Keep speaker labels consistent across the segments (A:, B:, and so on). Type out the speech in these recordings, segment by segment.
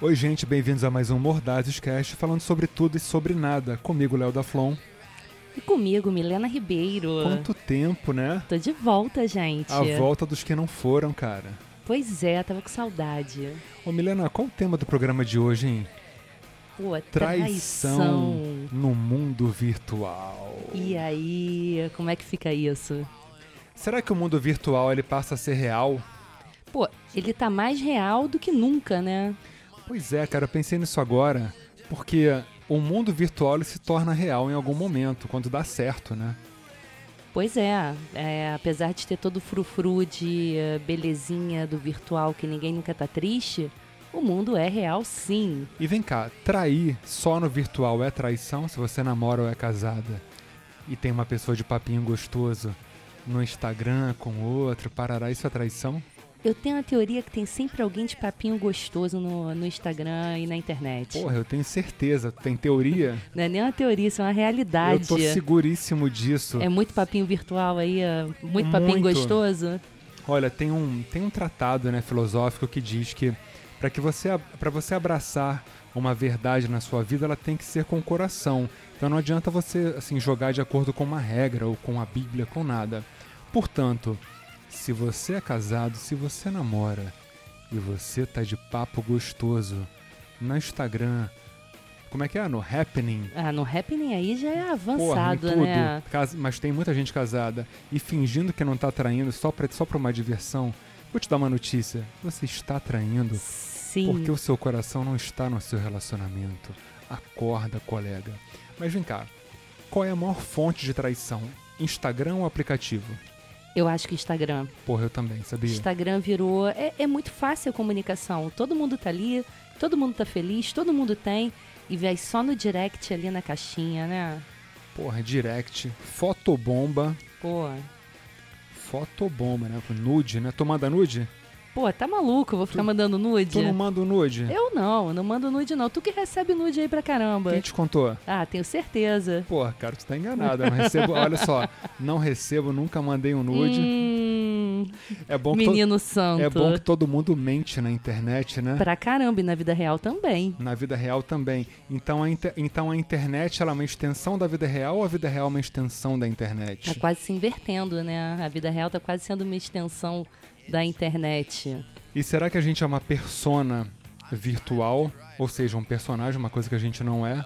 A: Oi, gente, bem-vindos a mais um Mordazes Cast, falando sobre tudo e sobre nada. Comigo, Léo da Flon.
B: E comigo, Milena Ribeiro.
A: Quanto tempo, né?
B: Tô de volta, gente.
A: A volta dos que não foram, cara.
B: Pois é, tava com saudade.
A: Ô, Milena, qual o tema do programa de hoje, hein?
B: Pô, é
A: Traição,
B: traição.
A: no mundo virtual.
B: E aí, como é que fica isso?
A: Será que o mundo virtual ele passa a ser real?
B: Pô, ele tá mais real do que nunca, né?
A: Pois é, cara, eu pensei nisso agora, porque o mundo virtual ele se torna real em algum momento, quando dá certo, né?
B: Pois é, é, apesar de ter todo o frufru de eh, belezinha do virtual que ninguém nunca tá triste, o mundo é real sim.
A: E vem cá, trair só no virtual é traição? Se você namora ou é casada e tem uma pessoa de papinho gostoso no Instagram com outro, parará, isso é traição?
B: Eu tenho a teoria que tem sempre alguém de papinho gostoso no, no Instagram e na internet.
A: Porra, eu tenho certeza. Tem teoria?
B: Não é nem uma teoria, isso é uma realidade.
A: Eu tô seguríssimo disso.
B: É muito papinho virtual aí, é muito papinho
A: Muito.
B: gostoso.
A: Olha, tem um, tem um tratado né, filosófico que diz que para que você para você abraçar uma verdade na sua vida, ela tem que ser com o coração. Então não adianta você assim jogar de acordo com uma regra ou com a Bíblia, com nada. Portanto, se você é casado, se você namora e você tá de papo gostoso no Instagram, como é que é? No Happening,
B: Ah, no Happening aí já é avançado,
A: Porra, em tudo.
B: né?
A: Cas- Mas tem muita gente casada e fingindo que não tá traindo só pra, só pra uma diversão. Vou te dar uma notícia. Você está traindo
B: Sim.
A: porque o seu coração não está no seu relacionamento. Acorda, colega. Mas vem cá. Qual é a maior fonte de traição? Instagram ou aplicativo?
B: Eu acho que Instagram.
A: Porra, eu também, sabia?
B: Instagram virou. É, é muito fácil a comunicação. Todo mundo tá ali, todo mundo tá feliz, todo mundo tem. E vai só no direct ali na caixinha, né?
A: Porra, é direct, fotobomba.
B: Pô.
A: Fotobomba, né? Nude, né? Tu manda nude?
B: Pô, tá maluco? Eu Vou ficar
A: Tu-
B: mandando nude?
A: Tu não manda o nude?
B: Eu não, eu não mando nude, não. Tu que recebe nude aí pra caramba.
A: Quem te contou?
B: Ah, tenho certeza.
A: Porra, cara, tu tá enganado. Eu não recebo, olha só, não recebo, nunca mandei um nude.
B: Hum,
A: é, bom que to-
B: menino santo.
A: é bom que todo mundo mente na internet, né?
B: Pra caramba, e na vida real também.
A: Na vida real também. Então a, inter- então a internet ela é uma extensão da vida real ou a vida real é uma extensão da internet?
B: Tá quase se invertendo, né? A vida real tá quase sendo uma extensão da internet.
A: E será que a gente é uma persona virtual? Ou seja, um personagem, uma coisa que a gente não é?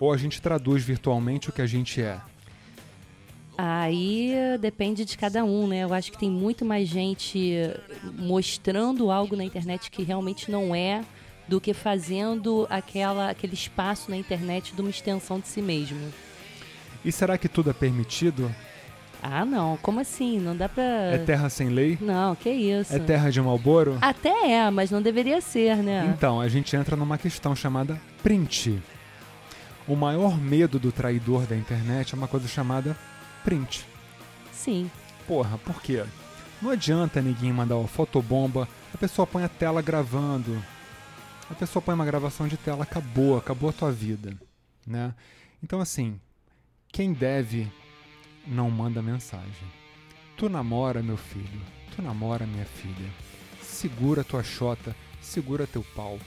A: Ou a gente traduz virtualmente o que a gente é?
B: Aí eh, depende de cada um, né? Eu acho que tem muito mais gente eh, mostrando algo na internet que realmente não é do que fazendo aquela, aquele espaço na internet de uma extensão de si mesmo.
A: E será que tudo é permitido?
B: Ah, não, como assim? Não dá pra.
A: É terra sem lei?
B: Não, que isso.
A: É terra de Malboro?
B: Até é, mas não deveria ser, né?
A: Então, a gente entra numa questão chamada print. O maior medo do traidor da internet é uma coisa chamada print. Então.
B: Sim.
A: Porra, por quê? Não adianta ninguém mandar uma fotobomba, a pessoa põe a tela gravando. A pessoa põe uma gravação de tela, acabou, acabou a tua vida, né? Então assim, quem deve não manda mensagem. Tu namora, meu filho. Tu namora, minha filha. Segura tua chota, segura teu pau,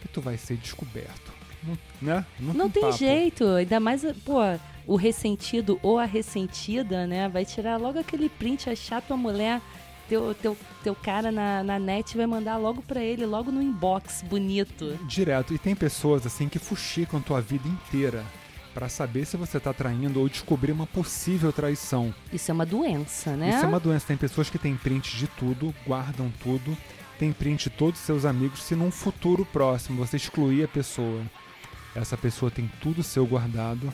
A: que tu vai ser descoberto. Não- Né?
B: Não tem
A: papo.
B: jeito, ainda mais, pô, o ressentido ou a ressentida, né? Vai tirar logo aquele print, achar tua mulher, teu, teu, teu cara na, na net, vai mandar logo pra ele, logo no inbox, bonito.
A: Direto. E tem pessoas assim que fuxicam tua vida inteira pra saber se você tá traindo ou descobrir uma possível traição.
B: Isso é uma doença, né?
A: Isso é uma doença. Tem pessoas que têm print de tudo, guardam tudo, tem print de todos os seus amigos. Se num futuro próximo você excluir a pessoa, essa pessoa tem tudo seu guardado.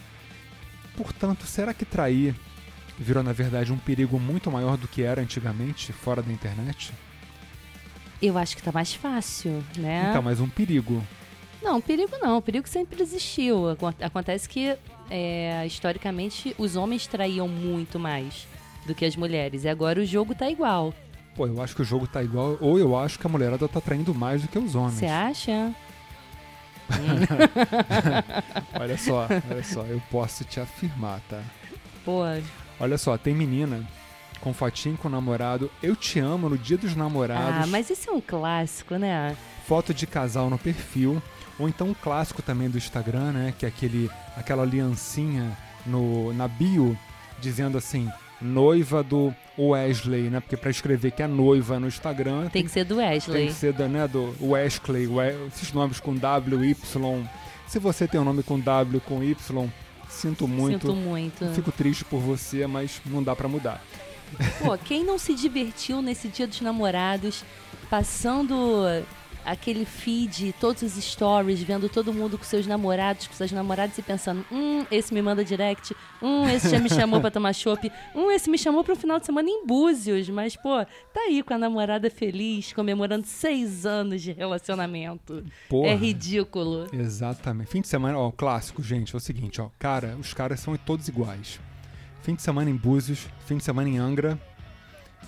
A: Portanto, será que trair virou na verdade um perigo muito maior do que era antigamente, fora da internet?
B: Eu acho que tá mais fácil, né?
A: Então, mas um perigo.
B: Não, perigo não, perigo sempre existiu. Acon- Acontece que, é, historicamente, os homens traíam muito mais do que as mulheres, e agora o jogo tá igual.
A: Pô, eu acho que o jogo tá igual, ou eu acho que a mulherada tá traindo mais do que os homens.
B: Você acha?
A: Olha só, olha só, eu posso te afirmar, tá?
B: Pô,
A: Olha só, tem menina com fotinho com o namorado. Eu te amo no dia dos namorados.
B: Ah, mas esse é um clássico, né?
A: Foto de casal no perfil. Ou então um clássico também do Instagram, né? Que é aquele, aquela aliancinha no, na bio dizendo assim, noiva do Wesley, né? Porque pra escrever que é noiva no Instagram
B: Tem que ser do Wesley.
A: tem que ser da, né, do Wesley, We- esses nomes com W, Y. Se você tem um nome com W, com Y, sinto muito.
B: Sinto muito.
A: Fico triste por você, mas não dá pra mudar.
B: Pô, quem não se divertiu nesse dia dos namorados, passando aquele feed, todos os stories, vendo todo mundo com seus namorados, com suas namoradas e pensando, hum, esse me manda direct, hum, esse já me chamou pra tomar chopp, hum, esse me chamou pra um final de semana em Búzios, mas, pô, tá aí com a namorada feliz, comemorando seis anos de relacionamento.
A: Porra.
B: É ridículo.
A: Exatamente. Fim de semana, ó, clássico, gente, é o seguinte, ó. Cara, os caras são todos iguais. Fim de semana em Búzios, fim de semana em Angra.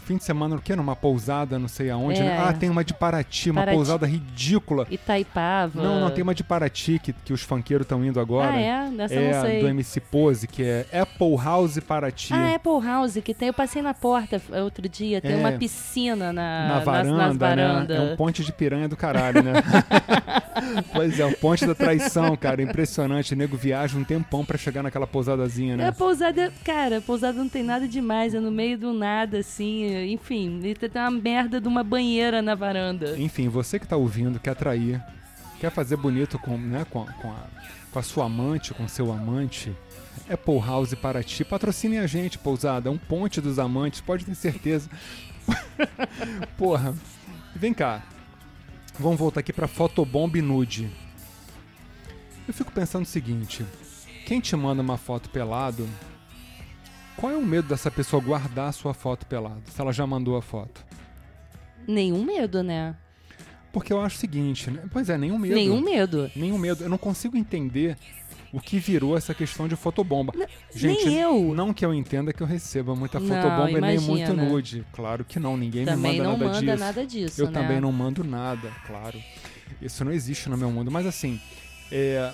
A: Fim de semana no quê? Numa pousada, não sei aonde,
B: É.
A: né? Ah, tem uma de Paraty, uma
B: Paraty.
A: pousada ridícula.
B: Itaipava.
A: Não, não, tem uma de Paraty que, que os funkeiros estão indo agora.
B: Ah, é? Nessa eu
A: É
B: não
A: a
B: sei.
A: do MC Pose, que é Apple House Paraty.
B: Ah, Apple House, que tem. Eu passei na porta f- outro dia, tem
A: É.
B: uma piscina na,
A: na varanda,
B: Ah, nas, nas
A: né? É um
B: varandas.
A: ponte de piranha do caralho, né? pois é, o ponte da traição, cara. Impressionante. O nego viaja um tempão pra chegar naquela pousadazinha, né?
B: É, pousada, cara, pousada não tem nada demais, é no meio do nada, assim, enfim, e tem tem uma merda de uma banheira na varanda.
A: Enfim, você que tá ouvindo, quer atrair, quer fazer bonito com, né, com, a- com a, com a sua amante, com seu amante, é Paul House para ti. Patrocine a gente, pousada. É um ponte dos amantes, pode ter certeza. Porra. Vem cá. Vamos voltar aqui pra Fotobomb Nude. Eu fico pensando o seguinte: quem te manda uma foto pelado, qual é o medo dessa pessoa guardar a sua foto pelado, se ela já mandou a foto?
B: Nenhum medo, né?
A: Porque eu acho o seguinte, né? Pois é, nenhum medo.
B: Nenhum medo.
A: Nenhum medo. Eu não consigo entender o que virou essa questão de fotobomba. Gente,
B: nem eu.
A: não que eu entenda que eu receba muita
B: Não,
A: fotobomba e nem
B: imagina.
A: muito
B: né?
A: nude. Claro que não, ninguém
B: Também
A: me manda
B: não
A: nada
B: manda
A: disso.
B: nada disso,
A: eu
B: né?
A: também não mando nada, claro. Isso não existe no meu mundo. Mas assim, é,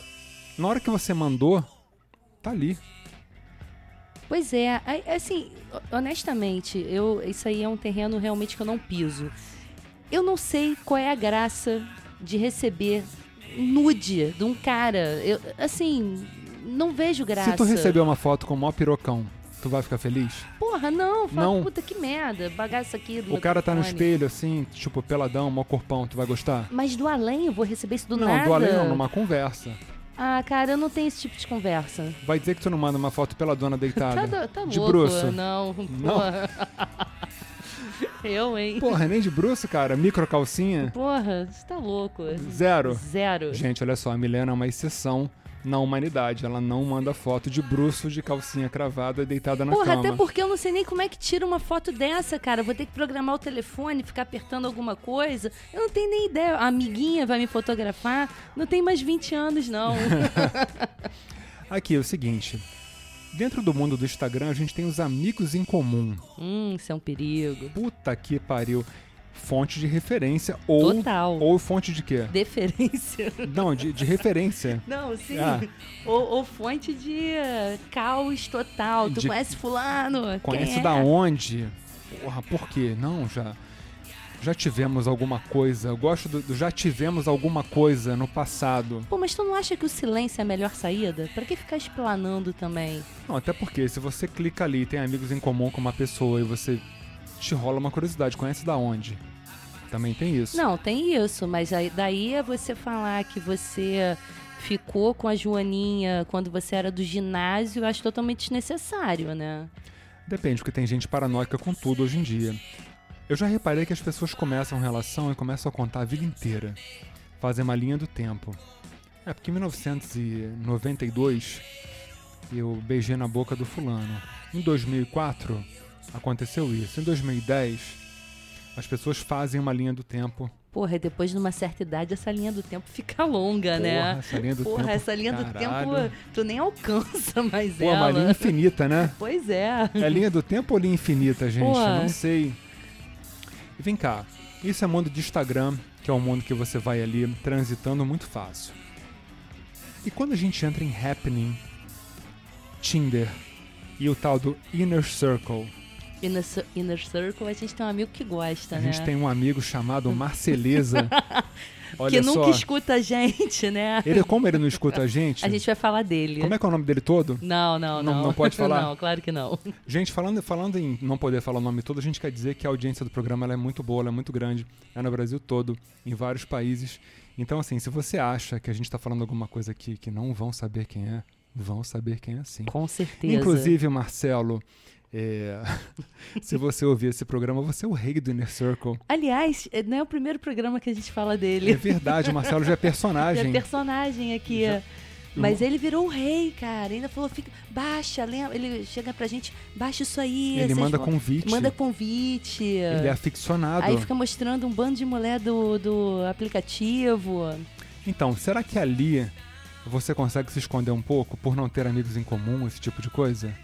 A: na hora que você mandou, tá ali.
B: Pois é, aí, assim, honestamente, eu isso aí é um terreno realmente que eu não piso. Eu não sei qual é a graça de receber nude de um cara. Eu, assim, não vejo graça.
A: Se tu receber uma foto com o maior pirocão, tu vai ficar feliz?
B: Porra, não, fala,
A: Não.
B: puta que merda, bagaça aqui do
A: O
B: meu
A: cara tá no
B: telefone.
A: espelho, assim, tipo, peladão, mó corpão, tu vai gostar?
B: Mas do além eu vou receber isso do
A: não,
B: nada.
A: do além não, numa conversa.
B: Ah, cara, eu não tenho esse tipo de conversa.
A: Vai dizer que tu não manda uma foto pela dona
B: Tá,
A: deitada?
B: do- tá
A: de
B: louco.
A: bruxo.
B: Não, porra. eu, hein?
A: Porra, é nem de bruxo, cara. Micro calcinha?
B: Porra, você tá louco.
A: Zero.
B: Zero.
A: Gente, olha só, a Milena é uma exceção na humanidade. Ela não manda foto de bruxo de calcinha cravada deitada na
B: Porra,
A: cama.
B: até porque eu não sei nem como é que tira uma foto dessa, cara. Eu Vou ter que programar o telefone, ficar apertando alguma coisa. Eu não tenho nem ideia. A amiguinha vai me fotografar. Não tem mais 20 anos, não.
A: Aqui, é o seguinte. Dentro do mundo do Instagram, a gente tem os amigos em comum.
B: hum, isso é um perigo.
A: Puta que pariu. Fonte de referência ou...
B: Total.
A: Ou fonte de quê?
B: Deferência.
A: Não, de, de referência.
B: Não, sim.
A: Ah.
B: Ou, ou fonte de eh, caos total. Tu
A: De-
B: conhece fulano?
A: Conhece
B: Quem é?
A: da onde? Porra, por quê? Não, já. Já tivemos alguma coisa. Eu gosto do, do já tivemos alguma coisa no passado.
B: Pô, mas tu não acha que o silêncio é a melhor saída? Pra que ficar explanando também?
A: Não, até porque se você clica ali e tem amigos em comum com uma pessoa e você te rola uma curiosidade, conhece da onde? Também tem isso.
B: Não, tem isso, mas aí- daí é você falar que você ficou com a Joaninha quando você era do ginásio, eu acho totalmente desnecessário, né?
A: Depende, porque tem gente paranoica com tudo hoje em dia. Eu já reparei que as pessoas começam relação e começam a contar a vida inteira. Fazem uma linha do tempo. É porque em 1992 eu beijei na boca do fulano. Em 2004 aconteceu isso. Em 2010 as pessoas fazem uma linha do tempo.
B: Porra, e depois de uma certa idade, essa linha do tempo fica longa,
A: Porra,
B: né?
A: essa linha do
B: Porra,
A: tempo.
B: essa linha do
A: caralho.
B: tempo, tu nem alcança mais
A: Pô, uma
B: ela.
A: linha infinita, né?
B: Pois é.
A: É linha do tempo ou linha infinita, gente?
B: Pô.
A: Eu não sei. E vem cá. Isso é mundo de Instagram, que é um mundo que você vai ali transitando muito fácil. E quando a gente entra em Happening, Tinder e o tal do Inner Circle,
B: Inner, Cir- Inner Circle, a gente tem um amigo que gosta,
A: A
B: né?
A: gente tem um amigo chamado Marceleza. Olha
B: que nunca
A: só.
B: escuta a gente, né?
A: Ele, como ele não escuta a gente,
B: A gente vai falar dele.
A: como é que é o nome dele todo?
B: Não, não,
A: Não-
B: não.
A: não pode falar?
B: não, claro que não.
A: Gente, falando, falando em não poder falar o nome todo, a gente quer dizer que a audiência do programa ela é muito boa, ela é muito grande, é no Brasil todo, em vários países. Então, assim, se você acha que a gente está falando alguma coisa aqui que não vão saber quem é, vão saber quem é sim.
B: Com certeza.
A: Inclusive, Marcelo, é, se você ouvir esse programa, você é o rei do Inner Circle.
B: Aliás, é- não é o primeiro programa que a gente fala
A: É
B: dele.
A: verdade, o Marcelo já é
B: É
A: personagem.
B: personagem aqui. eh.
A: Já-
B: Mas ele virou o rei, cara. Ainda falou, fica, baixa, lembra? Ele chega pra gente, baixa isso aí.
A: Ele
B: vocês
A: manda
B: vão-
A: convite.
B: Manda convite.
A: Ele é aficionado.
B: Aí fica mostrando um bando de mulher do, do aplicativo.
A: Então, será que ali você consegue se esconder um pouco por não ter amigos em comum, esse tipo de coisa?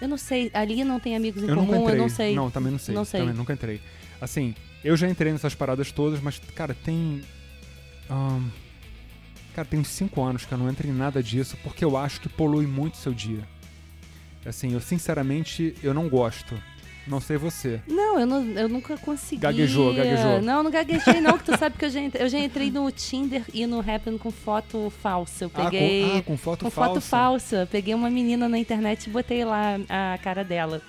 B: Eu não sei, ali não tem amigos em
A: eu nunca
B: comum,
A: entrei.
B: eu não sei.
A: também não sei.
B: Não sei.
A: Também nunca entrei. Assim, eu já entrei nessas paradas todas, mas, cara, tem. ahn, cara, tem uns 5 anos que eu não entro em nada disso, porque eu acho que polui muito o seu dia. Assim, eu sinceramente, eu não gosto. Não sei você.
B: Não, eu, não- eu nunca consegui.
A: Gaguejou, gaguejou.
B: Não, eu não gaguejei, não, que tu sabe que eu já, entre- eu já entrei no Tinder e no Happn com foto falsa. Eu peguei.
A: Ah, com, ah, com foto
B: com
A: falsa.
B: foto falsa. Peguei uma menina na internet e botei lá a cara dela.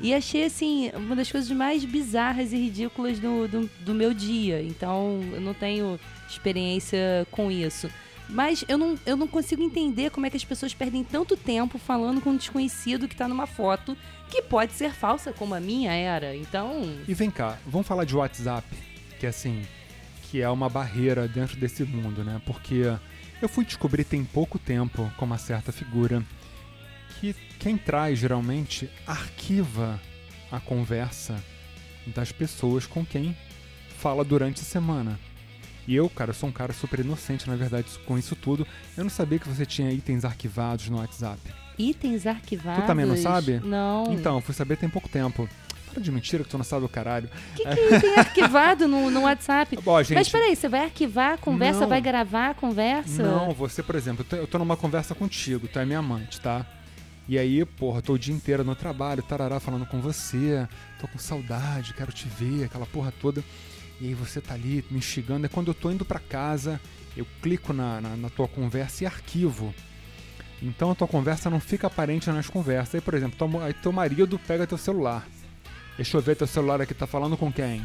B: E achei, assim, uma das coisas mais bizarras e ridículas do, do, do meu dia. Então, eu não tenho experiência com isso. Mas eu não, eu não consigo entender como é que as pessoas perdem tanto tempo falando com um desconhecido que tá numa foto que pode ser falsa, como a minha era. Então,
A: E vem cá, vamos falar de WhatsApp, que é assim, que é uma barreira dentro desse mundo, né? Porque eu fui descobrir tem pouco tempo com uma certa figura que quem traz geralmente arquiva a conversa das pessoas com quem fala durante a semana. E eu, cara, sou um cara super inocente, na verdade, com isso tudo. Eu não sabia que você tinha itens arquivados no WhatsApp.
B: itens arquivados.
A: também não sabe?
B: Não.
A: Então, eu fui saber tem pouco tempo. Para de mentira que tu não sabe o caralho.
B: O que, que é item arquivado no, no WhatsApp?
A: Bom, gente,
B: Mas peraí, você vai arquivar a conversa,
A: Não.
B: vai gravar a conversa?
A: Não, você, por exemplo, eu tô- eu tô numa conversa contigo, tu é minha amante, tá? E aí, porra, tô o dia inteiro no trabalho, tarará, falando com você, tô com saudade, quero te ver, aquela porra toda. E aí você tá ali me instigando. É quando eu tô indo pra casa, eu clico na, na, na tua conversa e arquivo. Então a tua conversa não fica aparente nas conversas. Aí, por exemplo, tua, mo- aí teu marido pega teu celular. Deixa eu ver teu celular aqui, tá falando com quem?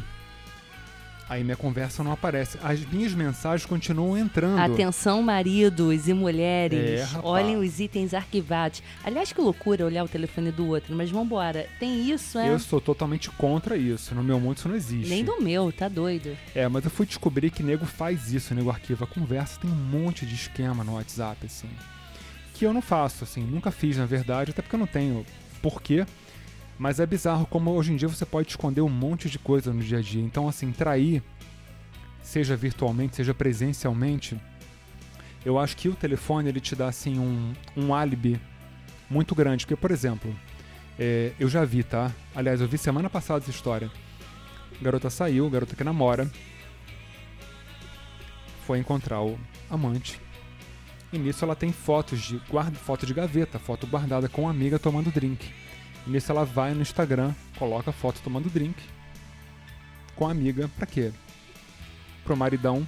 A: Aí minha conversa não aparece. As minhas mensagens continuam entrando.
B: Atenção, maridos e mulheres,
A: É, rapaz.
B: olhem os itens arquivados. Aliás, que loucura olhar o telefone do outro, mas vambora. Tem isso, é?
A: Eu sou totalmente contra isso. No meu mundo isso não existe.
B: Nem do meu, tá doido.
A: É, mas eu fui descobrir que nego faz isso, nego arquiva conversa, tem um monte de esquema no WhatsApp, assim. Que eu não faço, assim, nunca fiz, na verdade, até porque eu não tenho porquê. Mas é bizarro como hoje em dia você pode esconder um monte de coisa no dia a dia. Então, assim, trair, seja virtualmente, seja presencialmente, eu acho que o telefone ele te dá, assim, um, um álibi muito grande. Porque, por exemplo, é, eu já vi, tá? Aliás, eu vi semana passada essa história. Garota saiu, garota que namora. Foi encontrar o amante. E nisso ela tem fotos de guarda, foto de gaveta, foto guardada com uma amiga tomando drink. E nisso ela vai no Instagram, coloca a foto tomando drink com a amiga, pra quê? Pro maridão,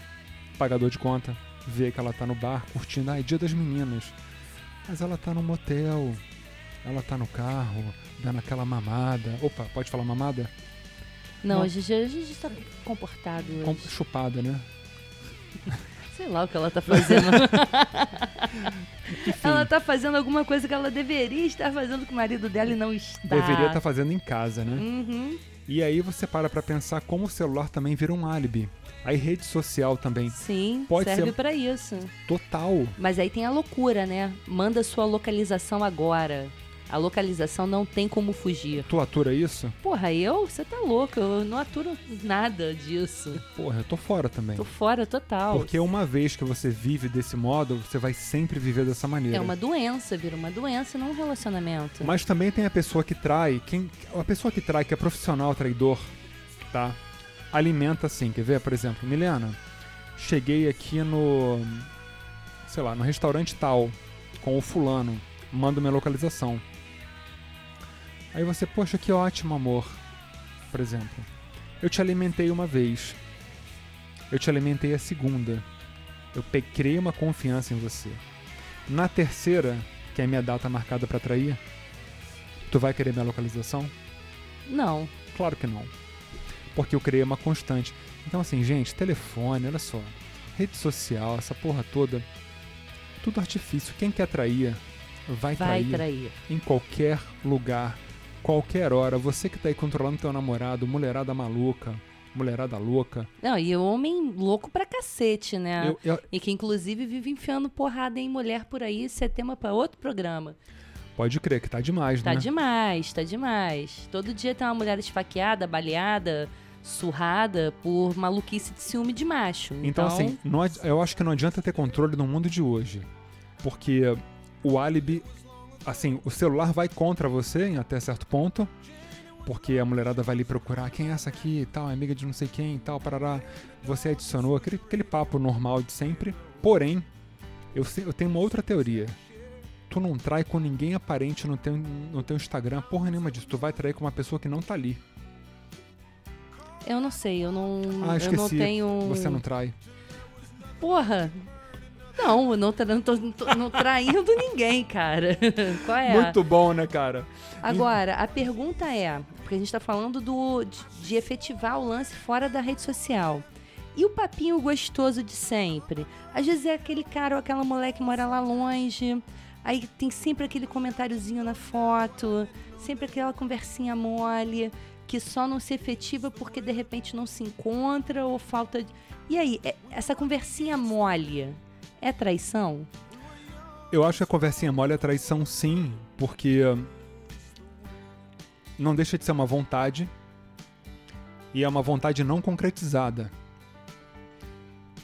A: pagador de conta, ver que ela tá no bar curtindo, ah, é dia das meninas. Mas ela tá no motel, ela tá no carro, dando aquela mamada. Opa, pode falar mamada?
B: Não,
A: Não.
B: A, gente, a gente tá comportado. hoje.
A: Com- Chupada, né?
B: Sei lá o que ela tá fazendo. ela tá fazendo alguma coisa que ela deveria estar fazendo com o marido dela e não está.
A: Deveria tá estar fazendo em casa, né?
B: Uhum.
A: E aí você para pra pensar como o celular também vira um álibi. Aí rede social também,
B: Sim,
A: Pode
B: serve
A: ser-
B: pra isso.
A: total.
B: Mas aí tem a loucura, né? Manda sua localização agora. A localização não tem como fugir.
A: Tu atura isso?
B: Porra, eu? Você tá louco? Eu não aturo nada disso.
A: Porra, eu tô fora também.
B: Tô fora total.
A: Porque uma vez que você vive desse modo, você vai sempre viver dessa maneira.
B: É uma doença, vira uma doença, não um relacionamento.
A: Mas também tem a pessoa que trai, quem, a pessoa que trai, que é profissional traidor, tá? Alimenta assim, quer ver? Por exemplo, Milena, cheguei aqui no, sei lá, no restaurante tal, com o fulano, mando minha localização. Aí você, poxa, que ótimo amor. Por exemplo, eu te alimentei uma vez. Eu te alimentei a segunda. Eu pe- criei uma confiança em você. Na terceira, que é a minha data marcada pra trair, tu vai querer minha localização?
B: Não.
A: Claro que não. Porque eu criei uma constante. Então, assim, gente, telefone, olha só. Rede social, essa porra toda. Tudo artifício. Quem quer trair, vai,
B: Vai
A: trair,
B: trair.
A: em qualquer lugar, qualquer hora. Você que tá aí controlando teu namorado, mulherada maluca, mulherada louca.
B: Não, e o homem louco pra cacete, né?
A: Eu- eu-
B: E que inclusive vive enfiando porrada em mulher por aí, isso é tema pra outro programa.
A: pode crer que tá demais,
B: Tá
A: né?
B: demais, tá demais. Todo dia tem uma mulher esfaqueada, baleada, surrada por maluquice de ciúme de macho.
A: Então,
B: Então,
A: assim, não ad- eu acho que não adianta ter controle no mundo de hoje. Porque o álibi, assim, o celular vai contra você em até certo ponto. Porque a mulherada vai ali procurar quem é essa aqui e tal, é amiga de não sei quem e tal, parará. Você adicionou aquele, aquele papo normal de sempre. Porém, eu, se- eu tenho uma outra teoria. Tu não trai com ninguém aparente no teu, no teu Instagram, porra nenhuma disso. Tu vai trair com uma pessoa que não tá ali.
B: eu não sei, eu não,
A: Ah,
B: eu
A: esqueci.
B: não tenho. um
A: Você é não trai.
B: Porra! Não, eu não, tra- não tô, não tô- não traindo ninguém, cara. Qual é? a-
A: Muito bom, né, cara?
B: Agora, a pergunta é, porque a gente tá falando do, de, de efetivar o lance fora da rede social. E o papinho gostoso de sempre? Às vezes é aquele cara ou aquela moleque que mora lá longe, aí tem sempre aquele comentáriozinho na foto, sempre aquela conversinha mole, que só não se efetiva porque de repente não se encontra ou falta... de- E aí, é- essa conversinha mole é traição?
A: Eu acho que a conversinha mole é traição, sim, porque hum, não deixa de ser uma vontade e é uma vontade não concretizada.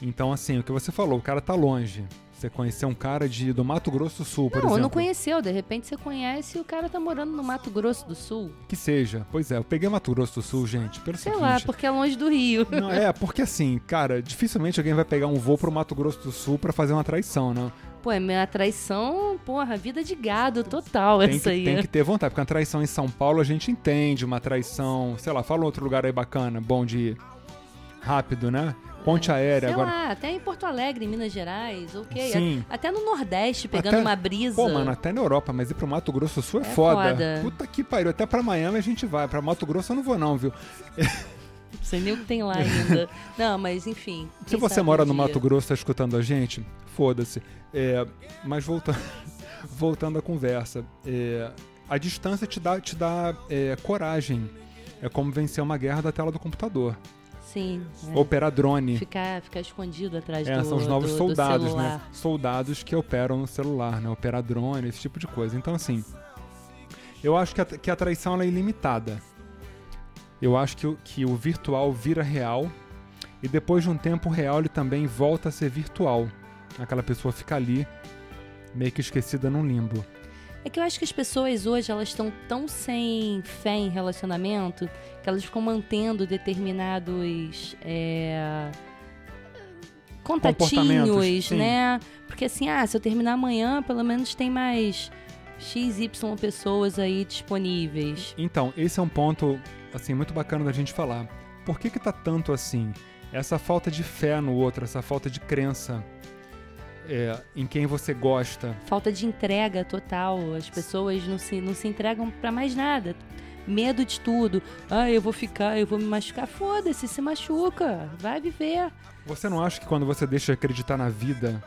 A: Então, assim, o que você falou, o cara tá longe. Você conheceu um cara de, do Mato Grosso do Sul, por
B: não,
A: exemplo.
B: não conheceu. De repente você conhece e o cara tá morando no Mato Grosso do Sul.
A: Que seja. Pois é, eu peguei Mato Grosso do Sul, gente, pelo
B: Sei
A: seguinte.
B: lá, porque é longe do Rio.
A: Não, é, porque assim, cara, dificilmente alguém vai pegar um voo pro Mato Grosso do Sul pra fazer uma traição, né?
B: Pô, é minha traição, porra, vida de gado total
A: tem que,
B: essa aí. é.
A: tem que ter vontade, porque uma traição em São Paulo a gente entende, uma traição, sei lá, fala outro lugar aí bacana, bom de ir. rápido, né? Ponte aérea
B: Sei
A: agora.
B: lá, até em Porto Alegre, em Minas Gerais, ok.
A: Sim.
B: A- Até no Nordeste, pegando
A: Até-
B: uma brisa.
A: Pô, mano, até na Europa, mas ir pro Mato Grosso do Sul é,
B: É
A: foda.
B: foda.
A: Puta que pariu, até pra Miami a gente vai, pra Mato Grosso eu não vou não, viu?
B: Não sei nem o que tem lá ainda. Não, mas enfim. um
A: Se você mora no Mato Grosso e tá escutando a gente, foda-se. É, mas voltando, voltando à conversa, é, a distância te dá, te dá é, coragem. É como vencer uma guerra da tela do computador.
B: Grosso. Sim. é.
A: Operar drone.
B: Ficar, ficar escondido atrás
A: É,
B: do
A: são os novos
B: do- do
A: soldados, né?
B: celular.
A: Soldados que operam no celular, né? Operar drone, esse tipo de coisa. Então, assim, eu acho que a, que a traição ela é ilimitada. Eu acho que, o- que o virtual vira real e depois de um tempo o real ele também volta a ser virtual. Aquela pessoa fica ali, meio que esquecida num limbo.
B: É que eu acho que as pessoas hoje elas estão tão sem fé em relacionamento que elas ficam mantendo determinados é,
A: Comportamentos,
B: contatinhos,
A: sim.
B: né? Porque assim, ah, se eu terminar amanhã, pelo menos tem mais x y pessoas aí disponíveis.
A: Então, esse é um ponto, assim, muito bacana da gente falar. Por que que tá tanto assim? Essa falta de fé no outro, essa falta de crença é, em quem você gosta,
B: Falta de entrega total, as pessoas não se, não se entregam pra mais nada. Medo de tudo. Ah, eu vou ficar, eu vou me machucar. Foda-se, se machuca. Vai viver.
A: Você não acha que quando você deixa de acreditar na vida,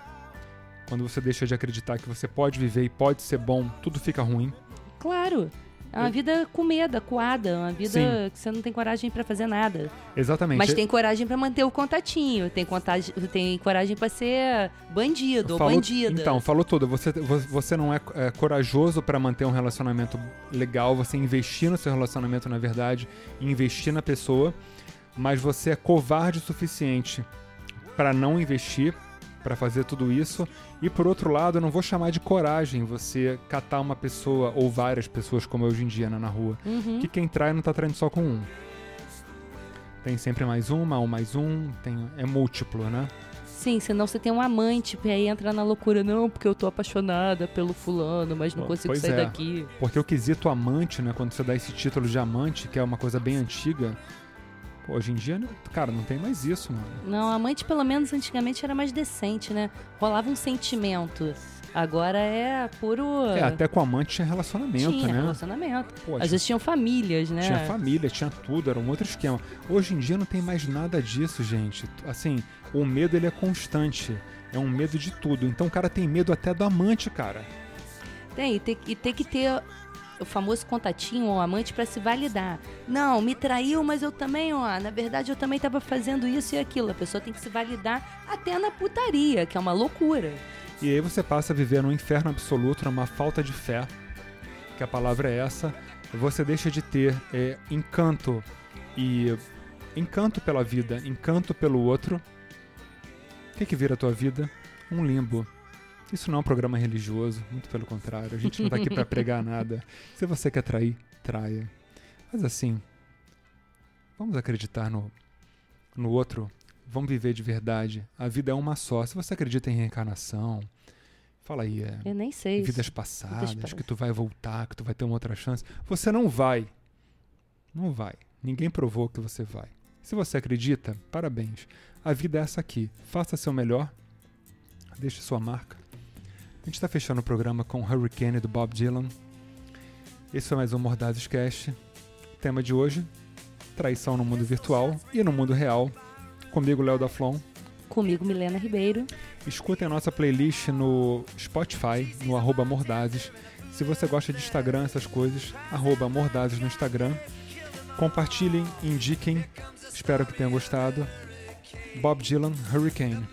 A: quando você deixa de acreditar que você pode viver e pode ser bom, tudo fica ruim?
B: Claro. É uma
A: Eu-
B: vida com medo, coada, uma vida
A: Sim.
B: que você não tem coragem pra fazer nada.
A: Exatamente.
B: Mas tem coragem pra manter o contatinho, tem, contagi- tem coragem pra ser bandido ou
A: Falou-
B: bandida.
A: Então, falou tudo. Você, vo- você não é, é, corajoso pra manter um relacionamento legal, você investir no seu relacionamento, na verdade, investir na pessoa, mas você é covarde o suficiente pra não investir, pra fazer tudo isso. E por outro lado, eu não vou chamar de coragem você catar uma pessoa ou várias pessoas como é hoje em dia né, na rua.
B: Uhum.
A: que quem trai não tá traindo só com um. Tem sempre mais uma, ou mais um, tem, é múltiplo, né?
B: Sim, senão você tem um amante, e aí entra na loucura. Não, porque eu tô apaixonada pelo fulano, mas não
A: Bom,
B: consigo
A: pois
B: sair
A: é.
B: daqui.
A: Porque o quesito amante, né? Quando você dá esse título de amante, que é uma coisa bem antiga, pô, hoje em dia, né, cara, não tem mais isso, mano.
B: Não, amante, pelo menos antigamente, era mais decente, né? Rolava um sentimento. Agora é puro.
A: É, até com amante tinha relacionamento,
B: tinha
A: né?
B: relacionamento.
A: Pô,
B: Às vezes tinham famílias, né?
A: Tinha família, tinha tudo, era um outro esquema. Hoje em dia não tem mais nada disso, gente. Assim, o medo ele é constante. É um medo de tudo. Então o cara tem medo até do amante, cara.
B: Tem, É, e tem, e tem que ter o famoso contatinho ou amante pra se validar. Não, me traiu, mas eu também, ó, na verdade eu também tava fazendo isso e aquilo. A pessoa tem que se validar até na putaria, que é uma loucura.
A: E aí você passa a viver num inferno absoluto, numa falta de fé, que a palavra é essa. Você deixa de ter é, encanto e encanto pela vida, encanto pelo outro. O que, que vira a tua vida? Um limbo. Isso não é um programa religioso, muito pelo contrário. A gente não tá aqui pra pregar nada. Se você quer trair, traia. Mas assim, vamos acreditar no, no outro. Vamos viver de verdade. A vida é uma só. Se você acredita em reencarnação, fala aí. É,
B: Eu nem sei. isso.
A: vidas passadas,
B: passadas.
A: que tu vai voltar, que tu vai ter uma outra chance. Você não vai. Não vai. Ninguém provou que você vai. Se você acredita, parabéns. A vida é essa aqui. Faça seu melhor. Deixe sua marca. A gente está fechando o programa com Hurricane do Bob Dylan. Esse foi mais um Mordazes Cast. Tema de hoje: traição no mundo virtual e no mundo real. Comigo, Léo da Flon.
B: Comigo, Milena Ribeiro.
A: Escutem a nossa playlist no Spotify, no arroba Mordazes. Se você gosta de Instagram, essas coisas, arroba Mordazes no Instagram. Compartilhem, indiquem. Espero que tenham gostado. Bob Dylan, Hurricane.